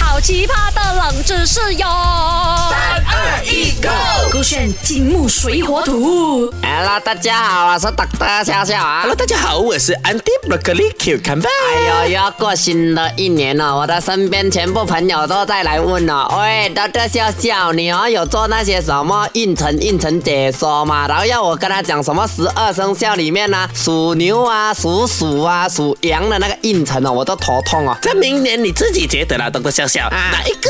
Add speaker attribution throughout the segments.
Speaker 1: 好奇葩的冷知识哟！三
Speaker 2: 二一，Go！
Speaker 1: 勾选金木水火土。
Speaker 3: Hello，大家好，我是 d 特笑笑啊。
Speaker 2: Hello，大家好，我是 Andy Broccoli Cucumber。
Speaker 3: 哎呦，要过新的一年了，我的身边全部朋友都在来问了，喂，d 特笑笑，你哦有做那些什么运程运程解说吗？然后要我跟他讲什么十二生肖里面呢、属牛啊、属鼠啊、属羊的那个运程哦，我都头痛哦。
Speaker 2: 在明年你自己觉得啦，等着笑笑，
Speaker 3: 啊
Speaker 2: 哪一个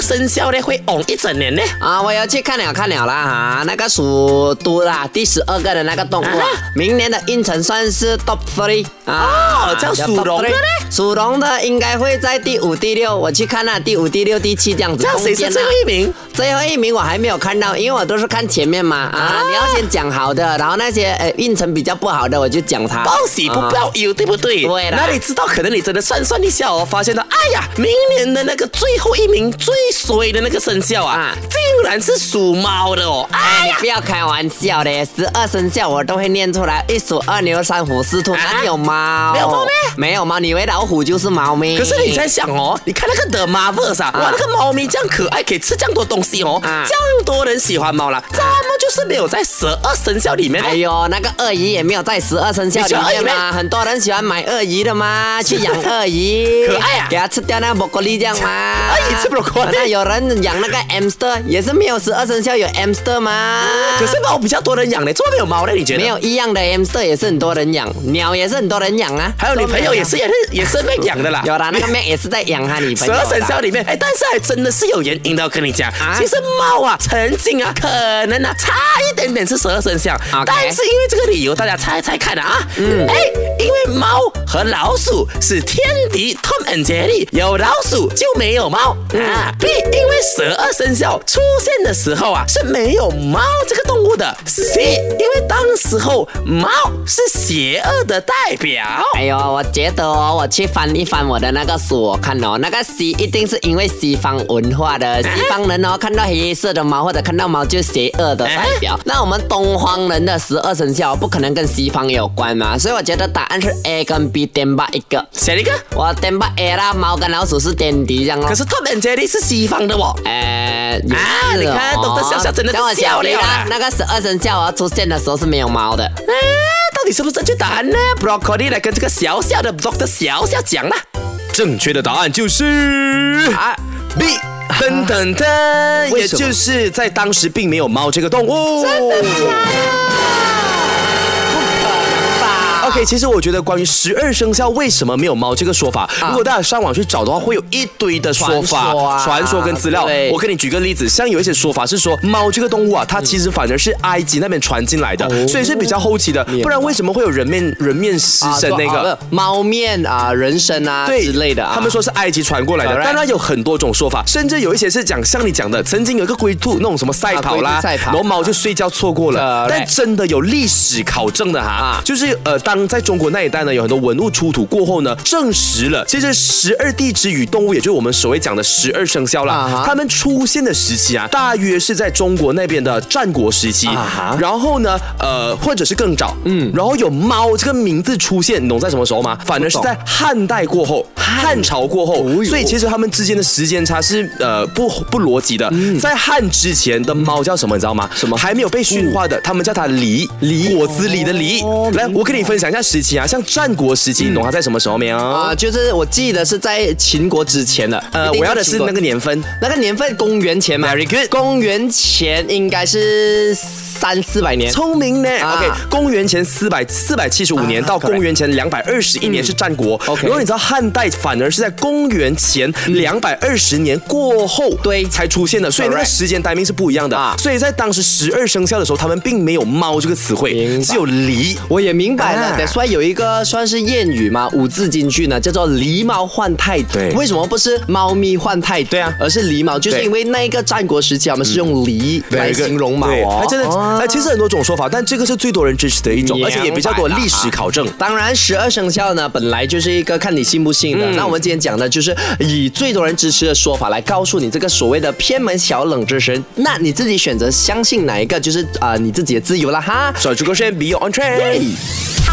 Speaker 2: 生肖呢会红一整年呢？
Speaker 3: 啊，我要去看了看了啦哈、那个属猪啦，第十二个的那个动物啊，
Speaker 2: 啊
Speaker 3: 明年的运程算是 top three 啊。
Speaker 2: 哦这样
Speaker 3: 有
Speaker 2: 属
Speaker 3: top
Speaker 2: 龙的
Speaker 3: three
Speaker 2: 呢
Speaker 3: 属龙的应该会在第五、第六，我去看那、第五、第六、第七这样子。
Speaker 2: 这样谁
Speaker 3: 中间
Speaker 2: 是
Speaker 3: 啊
Speaker 2: 最后一名？
Speaker 3: 最后一名我还没有看到，因为我都是看前面嘛啊，你要先讲好的，然后那些呃运程比较不好的我就讲它。
Speaker 2: 报喜不
Speaker 3: 啊
Speaker 2: 报忧，对不对？
Speaker 3: 对啦
Speaker 2: 那你知道，可能你真的算算一下哦，发现到，哎呀，明年的那个最后一名最衰的那个生肖啊，
Speaker 3: 啊
Speaker 2: 竟然是属猫的哦。
Speaker 3: 哎，
Speaker 2: 哎
Speaker 3: 你
Speaker 2: 呀，
Speaker 3: 不要开玩笑嘞！十二生肖我都会念出来，一鼠、二牛、三虎、四兔，哪里有猫？
Speaker 2: 啊没有猫咩
Speaker 3: 没有猫，你以为老虎就是猫咪？
Speaker 2: 可是你在想哦，你看那个 The Marvels 啊，哇，那个猫咪这样可爱，可以吃这样多东西哦，
Speaker 3: 啊
Speaker 2: 这样多人喜欢猫啦，怎么就是没有在十二生肖里面呢？
Speaker 3: 哎呦，那个鳄鱼也没有在十二生肖里
Speaker 2: 你喜
Speaker 3: 面
Speaker 2: 欢鳄鱼
Speaker 3: 嘛，很多人喜欢买鳄鱼的嘛，去养鳄鱼，
Speaker 2: 可爱啊
Speaker 3: 给它吃掉那个 broccoli 这样嘛。
Speaker 2: 鳄鱼吃 broccoli
Speaker 3: 那有人养那个 hamster 也是没有十二生肖有 hamster 嘛？
Speaker 2: 可是猫比较多人养呢，怎么没有猫呢？你觉得？
Speaker 3: 没。有一样的 hamster 也是很多人养，鸟也是很多人养啊。。
Speaker 2: 还有你朋友也是也是也是被养的啦
Speaker 3: 有啦，那个 Mac 也是在养他女
Speaker 2: 十
Speaker 3: 朋友啦。
Speaker 2: 二生肖里面，哎，但是还真的是有原因的。我跟你讲，
Speaker 3: 啊
Speaker 2: 其实猫啊，曾经啊，可能啊，差一点点是十二生肖
Speaker 3: 啊 OK 嗯
Speaker 2: 但是因为这个理由，大家猜猜看啊，啊，哎，因为猫和老鼠是天敌，Tom and Jerry 有老鼠就没有猫、
Speaker 3: 嗯
Speaker 2: 啊。B，因为十二生肖出现的时候啊，是没有猫这个动物的。C，因为当时候猫是邪恶的代表。
Speaker 3: 哎呦，我觉得哦，我去翻一翻我的那个书，我看哦，那个西一定是因为西方文化
Speaker 2: 哎
Speaker 3: 的西方人哦，看到黑色的猫或者看到猫就邪恶的代
Speaker 2: 哎
Speaker 3: 表。那我们东方人的十二生肖不可能跟西方有关嘛，所以我觉得答案是 A 跟 B 颠吧一个，
Speaker 2: 小林哥。
Speaker 3: 我颠吧 A 啦，猫跟老鼠是天敌这样咯哦
Speaker 2: 可。是 Tom and Jerry 是西方的哦。
Speaker 3: 呃，也
Speaker 2: 啊
Speaker 3: 是
Speaker 2: 你看
Speaker 3: 哦
Speaker 2: 懂得笑笑真的是
Speaker 3: 像我讲
Speaker 2: 笑
Speaker 3: 的
Speaker 2: 了啊啦
Speaker 3: 啦，那个十二生肖哦出现的时候是没有猫的。
Speaker 2: 啊，到底是不是正确答案呢？Broccoli 来跟这个小小的 Block 的小小讲啦。正确的答案就是
Speaker 3: 啊
Speaker 2: B。噔噔噔，也
Speaker 3: 为什么
Speaker 2: 就是在当时并没有猫这个动物。OK，其实我觉得关于十二生肖为什么没有猫这个说法，如果大家上网去找的话，会有一堆的说法、
Speaker 3: 啊传说啊
Speaker 2: 传说跟资料
Speaker 3: 对。
Speaker 2: 我跟你举个例子，像有一些说法是说猫这个动物啊，它其实反而是埃及那边传进来的，
Speaker 3: 哦
Speaker 2: 所以是比较后期的，不然为什么会有人面人面狮
Speaker 3: 啊
Speaker 2: 身
Speaker 3: 说
Speaker 2: 那
Speaker 3: 啊不
Speaker 2: 个
Speaker 3: 是？猫面啊、人参啊
Speaker 2: 对
Speaker 3: 之类的啊。
Speaker 2: 他们说是埃及传过来的，
Speaker 3: Correct
Speaker 2: 当然有很多种说法，甚至有一些是讲像你讲的，曾经有一个龟兔那种什么赛跑啦，
Speaker 3: 啊龟兔赛跑
Speaker 2: 然后猫就睡觉错过了
Speaker 3: Correct，
Speaker 2: 但真的有历史考证的哈，
Speaker 3: 啊
Speaker 2: 就是呃，当在中国那一带呢，有很多文物出土过后呢，证实了，其实十二地支与动物，也就是我们所谓讲的十二生肖
Speaker 3: 啊
Speaker 2: 啦
Speaker 3: 哈，
Speaker 2: 它们出现的时期啊，大约是在中国那边的战国时期
Speaker 3: 啊哈，
Speaker 2: 然后呢，呃，或者是更早，嗯，然后有猫这个名字出现，你懂在什么时候吗？反而是
Speaker 3: 不懂
Speaker 2: 在汉代过后，汉朝过后，
Speaker 3: 哦哟
Speaker 2: 所以其实他们之间的时间差是呃不不逻辑的。在汉之前的猫叫什么，你知道吗？嗯什么？嗯还没有被驯化的，他们叫它梨，梨果子狸的梨。来，我跟你分享一下时期啊，像战国时期，你懂它在什么时候没有？
Speaker 4: 啊，就是我记得是在秦国之前的，
Speaker 2: 呃，
Speaker 4: 一定
Speaker 2: 我要的哦是
Speaker 4: 秦国
Speaker 2: 那个年份。
Speaker 4: 那个年份，公元前嘛
Speaker 2: Very good
Speaker 4: 公元前应该是三四百年。
Speaker 2: 聪明呢、
Speaker 4: 啊
Speaker 2: o k 公元前四百四百七十五年到公元前两百二十一年是战国、
Speaker 4: OK
Speaker 2: 然后你知道汉代反而是在公元前两百二十年过后
Speaker 4: 嗯对
Speaker 2: 才出现的，所以那个
Speaker 4: Correct
Speaker 2: 时间 timing 是不一样的
Speaker 4: 啊
Speaker 2: 所以在当时十二生肖的时候，他们并没有猫这个词汇，
Speaker 4: 明白
Speaker 2: 只有狸。
Speaker 4: 我也明白了
Speaker 2: 啊，
Speaker 4: 得算有一个算是谚语嘛，五字金句呢，叫做“狸猫换太子
Speaker 2: 对”。
Speaker 4: 为什么不是猫咪换太子？
Speaker 2: 对啊
Speaker 4: 而是狸猫，就是
Speaker 2: 对
Speaker 4: 因为那一个战国时期，我们是用狸来形容猫
Speaker 2: 对
Speaker 4: 哦。
Speaker 2: 还真的，哎，其实很多种说法，但这个是最多人支持的一种，
Speaker 4: 明
Speaker 2: 而
Speaker 4: 白
Speaker 2: 且也比较多历史考证。
Speaker 4: 当然，十二生肖呢，本来就是一个看你信不信的。那我们今天讲的就是以最多人支持的说法来告诉你这个所谓的偏门小冷知识。那你自己选择相信哪一个，就是啊、呃你自己的自由了哈。
Speaker 2: 小猪哥是 Be on Trend。
Speaker 1: 好